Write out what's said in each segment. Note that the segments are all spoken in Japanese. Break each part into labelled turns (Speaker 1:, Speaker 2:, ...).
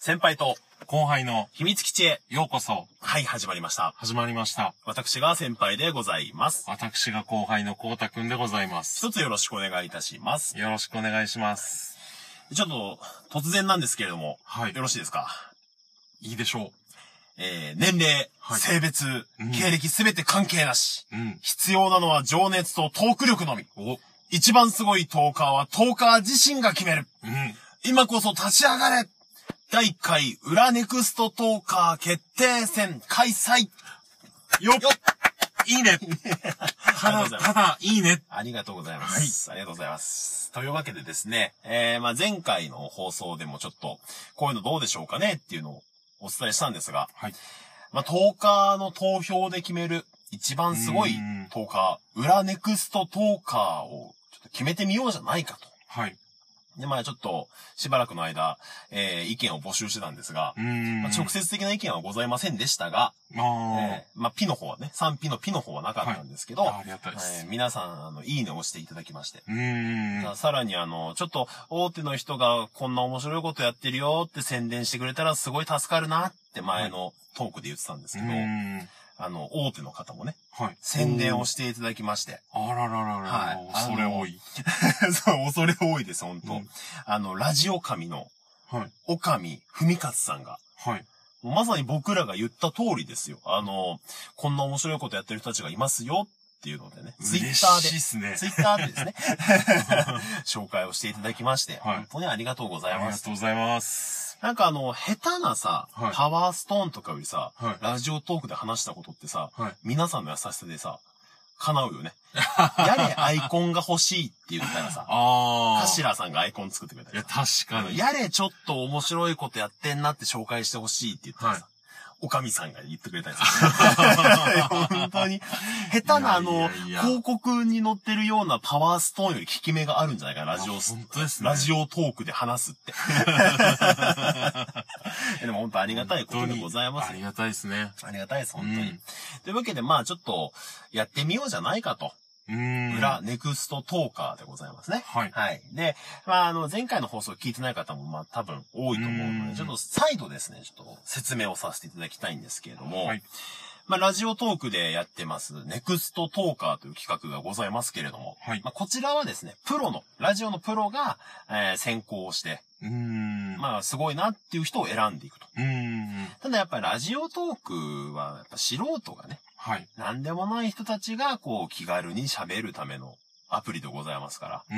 Speaker 1: 先輩と
Speaker 2: 後輩の
Speaker 1: 秘密基地へ。
Speaker 2: ようこそ
Speaker 1: はい、始まりました。
Speaker 2: 始まりました。
Speaker 1: 私が先輩でございます。
Speaker 2: 私が後輩のこうたくんでございます。
Speaker 1: 一つよろしくお願いいたします。
Speaker 2: よろしくお願いします。
Speaker 1: ちょっと、突然なんですけれども、
Speaker 2: はい
Speaker 1: よ。ろしいですか
Speaker 2: いいでしょ
Speaker 1: えー、年齢、
Speaker 2: はい
Speaker 1: 性別
Speaker 2: うん、
Speaker 1: 経歴すべて関係なし。
Speaker 2: う。うん。
Speaker 1: 必要なのは情熱とトーク力のみ。
Speaker 2: お、うん。
Speaker 1: 一番すごいトーカーはトーカー自身が決める。今こそ立ち上がれ第1回裏ネクストトーカー決定戦開催
Speaker 2: よっいいね
Speaker 1: ありがとうご
Speaker 2: た
Speaker 1: ざ
Speaker 2: だ、
Speaker 1: います
Speaker 2: ただ、いいね
Speaker 1: ありがとうございます。ありがとうございます。というわけでですね、えー、まあ前回の放送でもちょっと、こういうのどうでしょうかねっていうのをお伝えしたんですが、
Speaker 2: はい。
Speaker 1: まあ、10日の投票で決める一番すごい
Speaker 2: うん
Speaker 1: 10日、裏ネクスト10日をちょっと決めてみようじゃないか
Speaker 2: はい。
Speaker 1: と。で、まあちょっとしばらくの間、えー意見を募集してたんですが
Speaker 2: う、ーん。
Speaker 1: まあ直。接的な意見はございませんでしたが、
Speaker 2: あー
Speaker 1: えーまあ、ピの方はね、3P のピの方はなかったんですけど、
Speaker 2: あー。ありがたいです
Speaker 1: えー。皆さん、あの、いいねを押していただきまして。
Speaker 2: うーん。
Speaker 1: ささらにあの、ちょっと大手の人がこんな面白いことやってるよって宣伝してくれたらすごい助かるなって前のトークで言ってたんです
Speaker 2: う
Speaker 1: けど、
Speaker 2: ーん。
Speaker 1: あの、大手の方もね、
Speaker 2: はい。
Speaker 1: 宣伝をしていただきまして。
Speaker 2: あららららら
Speaker 1: はい
Speaker 2: 恐れ多い。
Speaker 1: そう、恐れ多いです、本当、
Speaker 2: うん
Speaker 1: あの、ラジオ神の、
Speaker 2: はい。
Speaker 1: おかみふみかつさんが、
Speaker 2: はい。
Speaker 1: もうまさに僕らが言った通りですよ。あの、こんな面白いことやってる人たちがいますよっていうのでね、ツイッター
Speaker 2: 嬉しい
Speaker 1: で
Speaker 2: っ、す
Speaker 1: ツイ
Speaker 2: ね。
Speaker 1: ッターでです ね、紹介をしていただきまして、
Speaker 2: はい
Speaker 1: 本当にありがとうござい
Speaker 2: あり
Speaker 1: ま
Speaker 2: が
Speaker 1: す
Speaker 2: と。うございます。
Speaker 1: なんかあの、下手なさ、
Speaker 2: はい
Speaker 1: パワーストーンとかよりさ、
Speaker 2: はい。
Speaker 1: ラジオトークで話したことってさ、
Speaker 2: はい
Speaker 1: 皆さんの優しさでさ、叶うよ ね。やれアイコンが欲しいって言ったらさ、
Speaker 2: ああ。
Speaker 1: 頭さんがアイコン作ってくれた
Speaker 2: い
Speaker 1: り
Speaker 2: や、
Speaker 1: さ
Speaker 2: 確
Speaker 1: あ
Speaker 2: か
Speaker 1: の
Speaker 2: に。
Speaker 1: やれちょっと面白いことやってんなって紹介してほしいって言ったらさ、
Speaker 2: は
Speaker 1: おかみさんが言ってくれたり さ。本当に。下手なあの
Speaker 2: いやいやいや
Speaker 1: 広告に載ってるようなパワーストーンより効き目があるんじゃないかな、ラジオス
Speaker 2: あ本当ですね
Speaker 1: ラジオトークで話す って。でも本当ありがたいことでございます
Speaker 2: あ
Speaker 1: よ
Speaker 2: りがたいですね。
Speaker 1: ありがたいです、本当に。
Speaker 2: うん
Speaker 1: というわけで、まあちょっと、やってみようじゃないかと。
Speaker 2: うーん。
Speaker 1: 裏、ネクストトーカーでございますね。
Speaker 2: はい。
Speaker 1: はい。で、まあ、あの、前回の放送聞いてない方も、まあ、多分多いと思うの
Speaker 2: うん
Speaker 1: で、ちょっと再度ですね、ちょっと説明をさせていただきたいんですけれども、
Speaker 2: はい。
Speaker 1: まあ、ラジオトークでやってます、ネクストトーカーという企画がございますけれども、
Speaker 2: はい
Speaker 1: ま。あ、こちらはですね、プロの、ラジオのプロが、えー選考をして、
Speaker 2: うーん。
Speaker 1: まあ、すごいなっていう人を選んでいくと。
Speaker 2: うーん。
Speaker 1: ただやっぱりラジオトークは、やっぱ素人がね、
Speaker 2: はい。
Speaker 1: 何でもない人たちが、こう、気軽に喋るためのアプリでございますから、
Speaker 2: うー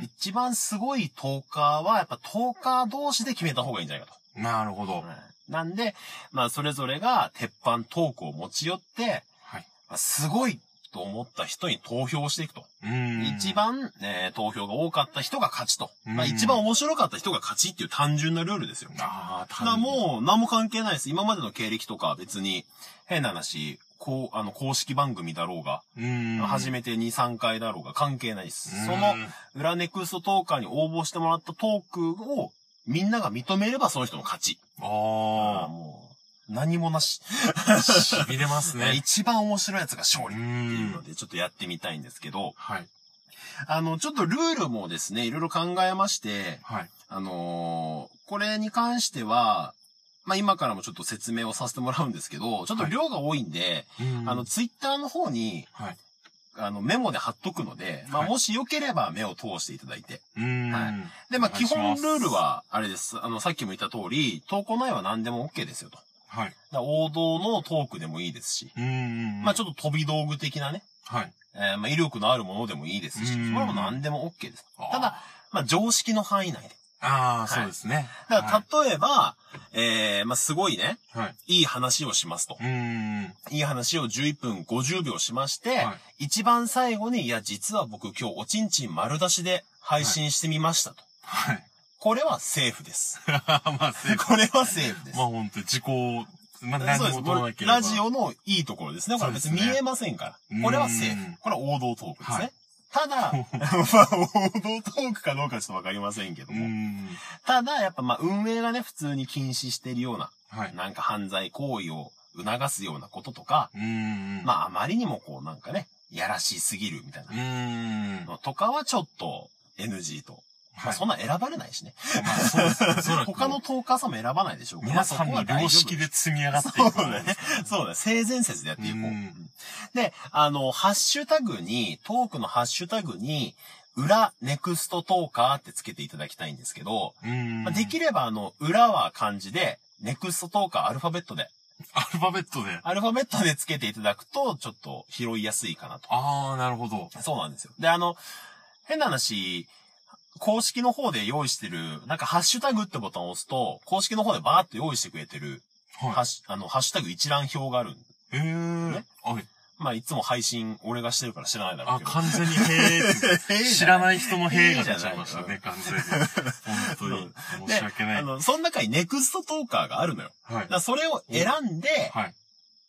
Speaker 2: ん。
Speaker 1: 一番すごいトーカーは、やっぱトーカー同士で決めた方がいいんじゃないか
Speaker 2: なるほど
Speaker 1: と。。なんで、まあ、それぞれが鉄板トークを持ち寄って、
Speaker 2: はい。
Speaker 1: まあすごいと思った人に投票していくと。
Speaker 2: うーん。
Speaker 1: 一。番、えー投票が多かった人が勝ちと。
Speaker 2: うん
Speaker 1: まあ、一番面白かった人が勝ちっていう単純なルールですよ。だか
Speaker 2: ああ、
Speaker 1: らもう、何も関係ないです。今までの経歴とかは別に、変な話、こう、あの、公式番組だろうが、
Speaker 2: うーん。
Speaker 1: 初めて2、3回だろうが関係ないです。そうの
Speaker 2: ーん、
Speaker 1: 裏ネクストトーカーに応募してもらったトークを、みんなが認めればその人の勝ち。ああ、
Speaker 2: あ
Speaker 1: もう、何もなし。
Speaker 2: あ、しびれますね。
Speaker 1: 一番面白いやつが勝
Speaker 2: う
Speaker 1: 利。
Speaker 2: ー
Speaker 1: っていうの
Speaker 2: ん。
Speaker 1: で、ちょっとやってみたいんですけど、
Speaker 2: はい。
Speaker 1: あの、ちょっとルールもですね、いろいろ考えまして、
Speaker 2: はい。
Speaker 1: あのーこれに関しては、まあ、今からもちょっと説明をさせてもらうんですけど、ちょっと量が多いんで、
Speaker 2: うーん
Speaker 1: あの、、ツイッターの方に、
Speaker 2: はい。
Speaker 1: あの、メモで貼っとくので、まあ、
Speaker 2: はい
Speaker 1: もしよければ目を通していただいて、
Speaker 2: うーん。
Speaker 1: はで、まあ、
Speaker 2: お願い
Speaker 1: 基
Speaker 2: しま
Speaker 1: 本
Speaker 2: す
Speaker 1: ルールは、あれです。あの、さっきも言った通り、投稿内は何でも OK ですよと。だか
Speaker 2: はい。
Speaker 1: ら王道のトークでもいいですし、
Speaker 2: うーん。
Speaker 1: まあ、ち
Speaker 2: ょっ
Speaker 1: ょっと飛び道具的なね、
Speaker 2: と。はい。
Speaker 1: えーまあ、威力のあるものでもいいですし、そ
Speaker 2: うん
Speaker 1: れはもう何でも OK です。ただ、
Speaker 2: あ
Speaker 1: まあ、常識の範囲内で。
Speaker 2: ー、ああ、そうですね。
Speaker 1: だから、例えば、えーまあ、すごいね、
Speaker 2: はい。はい。
Speaker 1: いい話をしますと
Speaker 2: う。ーん。
Speaker 1: いい話を11分50秒しまして、
Speaker 2: は
Speaker 1: 一番最後に、いや、実は僕今日おちんちん丸出しで配信してみましたと。
Speaker 2: はい。
Speaker 1: これはセーフです。
Speaker 2: まあ、せ
Speaker 1: これはセーフです。
Speaker 2: まあ本当自己、まあ何
Speaker 1: そうです
Speaker 2: 事もなければ。
Speaker 1: ラジオのいいところですね。これは別に
Speaker 2: そう
Speaker 1: 見
Speaker 2: ですね
Speaker 1: えませんから。これはセー
Speaker 2: うん
Speaker 1: フ。これは王道トークです
Speaker 2: は
Speaker 1: ね
Speaker 2: い。
Speaker 1: ただ、まあ、王道トークかどうかちょっとわかりませんけど
Speaker 2: う
Speaker 1: も。
Speaker 2: ん。
Speaker 1: ただ、やっぱまあ、運営がね、普通に禁止しているような、
Speaker 2: はい。
Speaker 1: なんか犯罪行為を促すようなこととか、
Speaker 2: うん。あ。
Speaker 1: まあ、あまりにもこう、なんかね、やらしすぎるみたいな
Speaker 2: うん。
Speaker 1: のとかはちょっと NG とまあ、そんなん選ばれないしね。
Speaker 2: まあ、そうですね。お そらく
Speaker 1: 他のトーカーさんも選ばないでしょうから
Speaker 2: 皆さんの良識で積み上がっていく
Speaker 1: そうだね。そうだね。性善説でやっていこう。
Speaker 2: うん
Speaker 1: で、あの、ハッシュタグに、トークのハッシュタグに、裏、ネクストトーカーってつけていただきたいんですけど、
Speaker 2: うん。
Speaker 1: まあできればあの、裏は漢字で、ネクストトーカーアルファベットで、
Speaker 2: アルファベットで。
Speaker 1: アルファベットでつけていただくと、ちょっと拾いやすいかなと。
Speaker 2: ああ、なるほど。
Speaker 1: そうなんですよ。で、あの、変な話、公式の方で用意してる、なんかハッシュタグってボタンを押すと、公式の方でバーって用意してくれてる、ハ
Speaker 2: は
Speaker 1: ッシュ、あの、ハッシュタグ一覧表がある。
Speaker 2: い。へえ
Speaker 1: ね。
Speaker 2: はい。
Speaker 1: まあ、いつも配信、俺がしてるから知らないだろう
Speaker 2: あ、
Speaker 1: けど。
Speaker 2: 完全に へえって。 知ら
Speaker 1: い。
Speaker 2: ない人のへえが出ちゃいましたね、完全に。本当に。申し訳な
Speaker 1: あ
Speaker 2: い。
Speaker 1: の、その中にネクストトーカーがあるのよ。
Speaker 2: は
Speaker 1: だ
Speaker 2: い
Speaker 1: か。らそれを選んで、
Speaker 2: はい。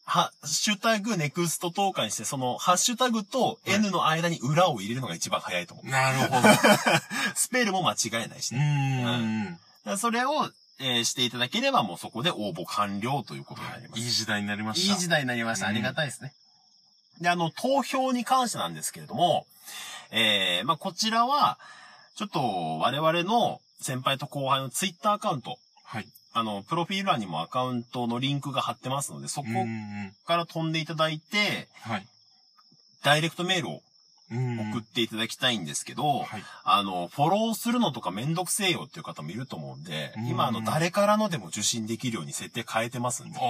Speaker 1: ハッシュタグネクストトーカーにして、そのハッシュタグと N の間に裏を入れるのが一番早いと思う。
Speaker 2: なる ほど。
Speaker 1: スペルも間違えないし
Speaker 2: う
Speaker 1: ね。
Speaker 2: ーん。
Speaker 1: だからそれを、えーしていただければもうそこで応募完了ということになります。
Speaker 2: いい時代になりま
Speaker 1: い
Speaker 2: した。
Speaker 1: い時代になりました。
Speaker 2: うん
Speaker 1: ありがたいですね。で、あの、投票に関してなんですけれども、えー、まあ、こちらは、ちょっと、我々の先輩と後輩のツイッターアカウント、
Speaker 2: はい。
Speaker 1: あの、プロフィール欄にもアカウントのリンクが貼ってますので、そうこ
Speaker 2: ーん。
Speaker 1: から飛んでいただいて、
Speaker 2: はい。
Speaker 1: ダイレクトメールを
Speaker 2: うーん。
Speaker 1: 送っていただきたいんですけど、
Speaker 2: はい。
Speaker 1: あの、フォローするのとかめんどくせえよっていう方もいると思うんで、
Speaker 2: うん
Speaker 1: 今あの、誰からのでも受信できるように設定変えてますんで、
Speaker 2: ああ。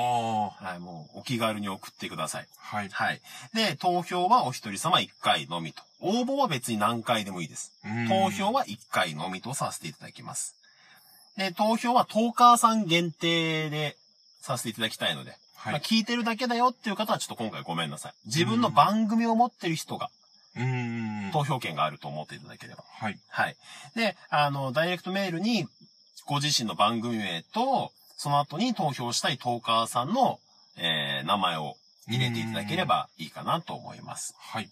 Speaker 1: はい、もうお気軽に送ってください。
Speaker 2: はい。
Speaker 1: はい。で、投票はお一人様1回のみと。応募は別に何回でもいいです。
Speaker 2: うーん
Speaker 1: 投票は1回のみとさせていただきます。で、投票はトーカーさん限定でさせていただきたいので、
Speaker 2: は
Speaker 1: まあ、
Speaker 2: い。
Speaker 1: 聞いてるだけだよっていう方はちょっと今回ごめんなさい。自分の番組を持ってる人が
Speaker 2: うーん。
Speaker 1: 投票権があると思っていただければ。
Speaker 2: はい。
Speaker 1: はい。で、あの、ダイレクトメールに、ご自身の番組名と、その後に投票したいトーカーさんの、えー名前を入れていただければいいかなと思います。
Speaker 2: はい。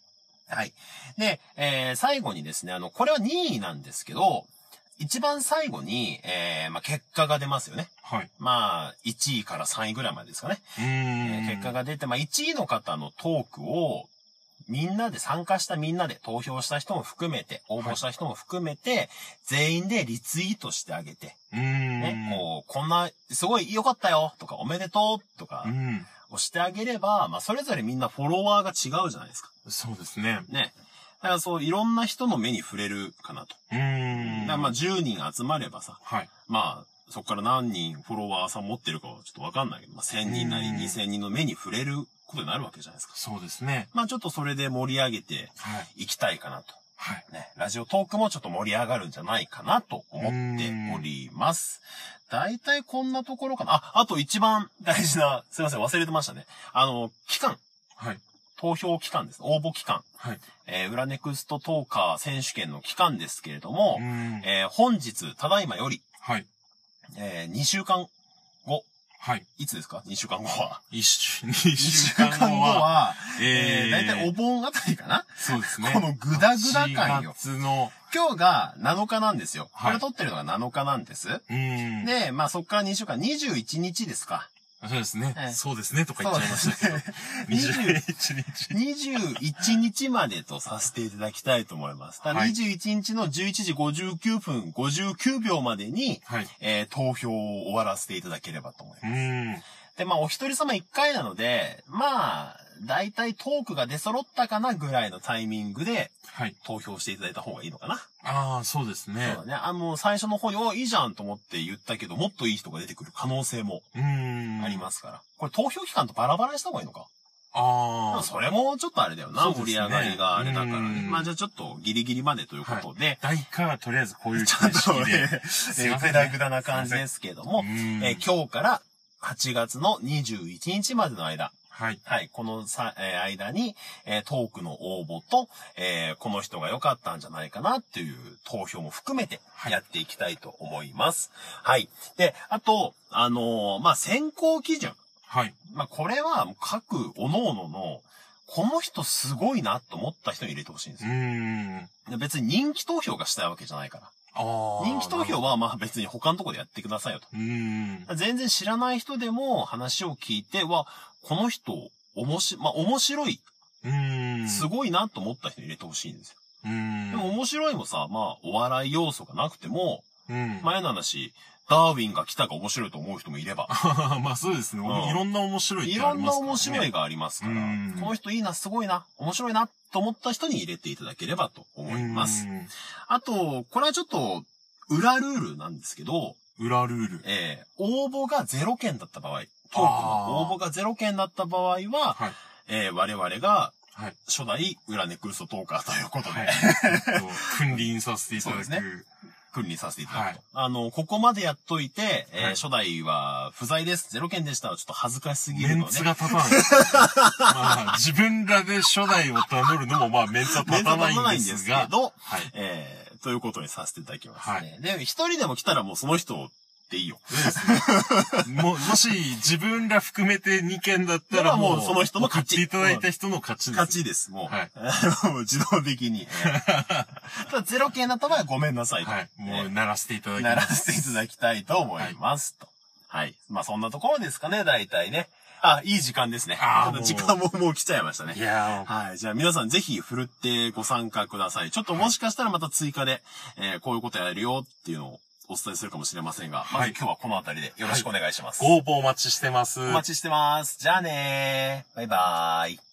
Speaker 1: はい。で、えー最後にですね、あの、これは任意なんですけど、一番最後に、えーまあ、結果が出ますよね。
Speaker 2: はい。
Speaker 1: まあ、1位から3位ぐらいまでですかね。
Speaker 2: うーん。
Speaker 1: えー結果が出て、まあ、1位の方のトークを、みんなで参加したみんなで投票した人も含めて、応募した人も含めて、全員でリツイートしてあげて、
Speaker 2: うーん。
Speaker 1: ね、こう、こんな、すごい良かったよとか、おめでとうとか
Speaker 2: う、ん。
Speaker 1: をしてあげれば、まあ、それぞれみんなフォロワーが違うじゃないですか。
Speaker 2: そうですね。
Speaker 1: ね。だからそう、いろんな人の目に触れるかなと。
Speaker 2: うー
Speaker 1: だ
Speaker 2: ん。
Speaker 1: からまあ、10人集まればさ、
Speaker 2: はい。
Speaker 1: まあ、そこから何人フォロワーさん持ってるかはちょっとわかんないけど、まあ、1000人なり
Speaker 2: うん
Speaker 1: 2000人の目に触れることになるわけじゃないですか。
Speaker 2: そうですね。
Speaker 1: まあちょっとそれで盛り上げて
Speaker 2: はい。
Speaker 1: いきたいかなと。
Speaker 2: はい。
Speaker 1: ね、ラジオトークもちょっと盛り上がるんじゃないかなと思っております。大体こんなところかな。あ、あと一番大事な、 すいません、忘れてましたね。あの、期間、
Speaker 2: はい。
Speaker 1: 投票期間です。応募期間。
Speaker 2: はい。
Speaker 1: えー、裏ネクストトーカー選手権の期間ですけれども
Speaker 2: う、ん。
Speaker 1: えー本日、ただいまより、
Speaker 2: はい。
Speaker 1: え2週間後、
Speaker 2: はい。
Speaker 1: いつですか ?2 週間後は。
Speaker 2: 一週、二週
Speaker 1: 2
Speaker 2: 間後は、
Speaker 1: えー、
Speaker 2: えー
Speaker 1: 大体お盆あたりかな、
Speaker 2: そうですね。
Speaker 1: このグダグダ感よ
Speaker 2: 4。月の、
Speaker 1: 今日が7日なんですよ。こ
Speaker 2: はい
Speaker 1: れ撮ってるのが7日なんです。
Speaker 2: うーん。
Speaker 1: で、まあそっから2週間、21日ですか。
Speaker 2: そうですね、
Speaker 1: ええ
Speaker 2: そうですね。とか言っちゃいましたけど。
Speaker 1: そう
Speaker 2: 21日。
Speaker 1: 21日までとさせていただきたいと思います。だから
Speaker 2: はい
Speaker 1: 21日の11時59分59秒までに、
Speaker 2: はい。
Speaker 1: えー投票を終わらせていただければと思います
Speaker 2: う。ーん。
Speaker 1: で、まあお一人様1回なので、まあ、だいたいトークが出揃ったかなぐらいのタイミングで
Speaker 2: はい。
Speaker 1: 投票していただいた方がいいのかな。
Speaker 2: ああ、そうですね
Speaker 1: そうだ。ね。あ、もう最初の方に、お、いいじゃんと思って言ったけど、もっといい人が出てくる可能性も
Speaker 2: うーん。
Speaker 1: ありますから。これ投票期間とバラバラにした方がいいのか。で
Speaker 2: あ
Speaker 1: も
Speaker 2: あ。
Speaker 1: それもちょっとあれだよな、
Speaker 2: そうで
Speaker 1: 盛
Speaker 2: すね
Speaker 1: り上がりがあれだからね。
Speaker 2: うん
Speaker 1: まあじゃあちょっとギリギリまでということで、
Speaker 2: 第1回はとりあえずこういう
Speaker 1: ちょ
Speaker 2: 形
Speaker 1: っと
Speaker 2: 式で。
Speaker 1: ね、
Speaker 2: す
Speaker 1: え
Speaker 2: い
Speaker 1: ー
Speaker 2: ませ
Speaker 1: グ
Speaker 2: ん
Speaker 1: ダグダな感じですけども、
Speaker 2: うん
Speaker 1: えー今日から8月の21日までの間、
Speaker 2: はい。
Speaker 1: はい、このさ、えー間に、えートークの応募と、えーこの人が良かったんじゃないかなっていう投票も含めて
Speaker 2: はい
Speaker 1: やっていきたいと思います。はい。で、あと、あのーまあ、選考基準。
Speaker 2: はい。
Speaker 1: まあ、これはもう各各々の、この人すごいなと思った人に入れてほしいんです
Speaker 2: う
Speaker 1: よ。
Speaker 2: ーん。
Speaker 1: で別に人気投票がしたいわけじゃないから。
Speaker 2: ああ。
Speaker 1: 人気投票はまあ別に他のとこでやってくださいよと。
Speaker 2: うーん。
Speaker 1: 全然知らない人でも話を聞いては、この人、おもし、まあ面白いう
Speaker 2: ーん。
Speaker 1: すごいなと思った人に入れてほしいんですよ。
Speaker 2: うん。
Speaker 1: でも、面白いもさ、まあ、お笑い要素がなくても、
Speaker 2: うん。
Speaker 1: 前の話、ダーウィンが来たが面白いと思う人もいれ ば、
Speaker 2: まあそうですね。
Speaker 1: うん
Speaker 2: いろんな面白い
Speaker 1: い
Speaker 2: ってあ
Speaker 1: ろ
Speaker 2: り
Speaker 1: ん
Speaker 2: ま
Speaker 1: な
Speaker 2: すからね。
Speaker 1: 面白いがありますから、
Speaker 2: うん
Speaker 1: この人いいな、すごいな、面白いな、と思った人に入れていただければと思います。
Speaker 2: うん。
Speaker 1: あと、これはちょっと、裏ルールなんですけど、
Speaker 2: 裏ルール。
Speaker 1: えー、応募が0件だった場合、トークの応募が0件だった場合は、
Speaker 2: はい。
Speaker 1: えー、我々が
Speaker 2: はい。
Speaker 1: 初代裏ネクルストトーカーということで、
Speaker 2: はい。えっと君臨させていただく。
Speaker 1: そうです訓練させていただくと。
Speaker 2: はい
Speaker 1: あの、ここまでやっといて、えー
Speaker 2: はい
Speaker 1: 初代は不在です、0件でした、ちょっと恥ずかしすぎ
Speaker 2: メ
Speaker 1: る
Speaker 2: ン
Speaker 1: ので、
Speaker 2: ツが立た ない。まあ、自分らで初代を名乗るのも、まあ、メンツは
Speaker 1: メン
Speaker 2: 立
Speaker 1: ツは
Speaker 2: た
Speaker 1: 立た
Speaker 2: な
Speaker 1: ない
Speaker 2: いん
Speaker 1: ん
Speaker 2: で
Speaker 1: です
Speaker 2: す
Speaker 1: け
Speaker 2: が、
Speaker 1: ど、
Speaker 2: はい。
Speaker 1: えー、ということにさせていただきますね。で、一人でも来たらもうその人でいいよ。
Speaker 2: も、もし、自分ら含めて2件だったら、
Speaker 1: もうその人の勝ち
Speaker 2: 送っていただいた人の勝ちです。
Speaker 1: 勝ちです、もう。
Speaker 2: はい
Speaker 1: あの 自動的に。 ただ、ゼロ件だった場合はごめんなさいと。
Speaker 2: はい。もう、
Speaker 1: ね
Speaker 2: 鳴らしていただき
Speaker 1: 鳴
Speaker 2: ま
Speaker 1: らし
Speaker 2: す。
Speaker 1: ていただきたいと思います、と。はい。まあ、そんなところですかね、大体ね。あ、いい時間ですね。た
Speaker 2: あー
Speaker 1: だ
Speaker 2: もう
Speaker 1: 時間ももう来ちゃいましたね
Speaker 2: い。やー
Speaker 1: はい。じゃあ皆さんぜひ振るってご参加ください。ちょっともしかしたらまた追加で、えーこういうことやるよっていうのをお伝えするかもしれませんが、ま
Speaker 2: は
Speaker 1: ず
Speaker 2: い
Speaker 1: 今日はこのあたりでよろしくお願いします。
Speaker 2: ご応募お待ちしてます。
Speaker 1: お待ちしてます。じゃあねー。バイバーイ。